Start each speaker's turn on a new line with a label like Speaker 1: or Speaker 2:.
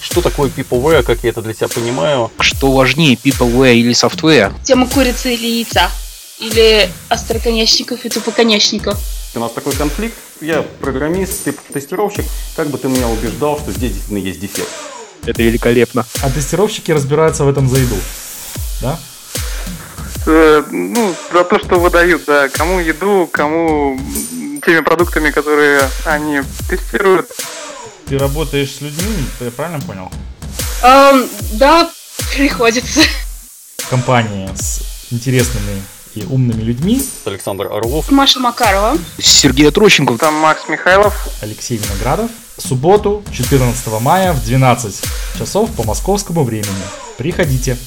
Speaker 1: Что такое peopleware, как я это для себя понимаю?
Speaker 2: Что важнее, peopleware или software?
Speaker 3: Тема курицы или яйца? Или остроконечников и тупоконечников?
Speaker 1: У нас такой конфликт. Я программист, ты тестировщик. Как бы ты меня убеждал, что здесь действительно есть дефект?
Speaker 2: Это великолепно.
Speaker 4: А тестировщики разбираются в этом за еду. Да?
Speaker 5: Э, ну, за то, что выдают, да. Кому еду, кому теми продуктами, которые они тестируют.
Speaker 4: Ты работаешь с людьми, я правильно понял?
Speaker 3: Эм, да, приходится.
Speaker 4: Компания с интересными и умными людьми.
Speaker 1: Александр Орлов.
Speaker 3: Маша Макарова.
Speaker 2: Сергей Трощенков.
Speaker 5: Там Макс Михайлов.
Speaker 4: Алексей Виноградов. В субботу, 14 мая в 12 часов по московскому времени. Приходите.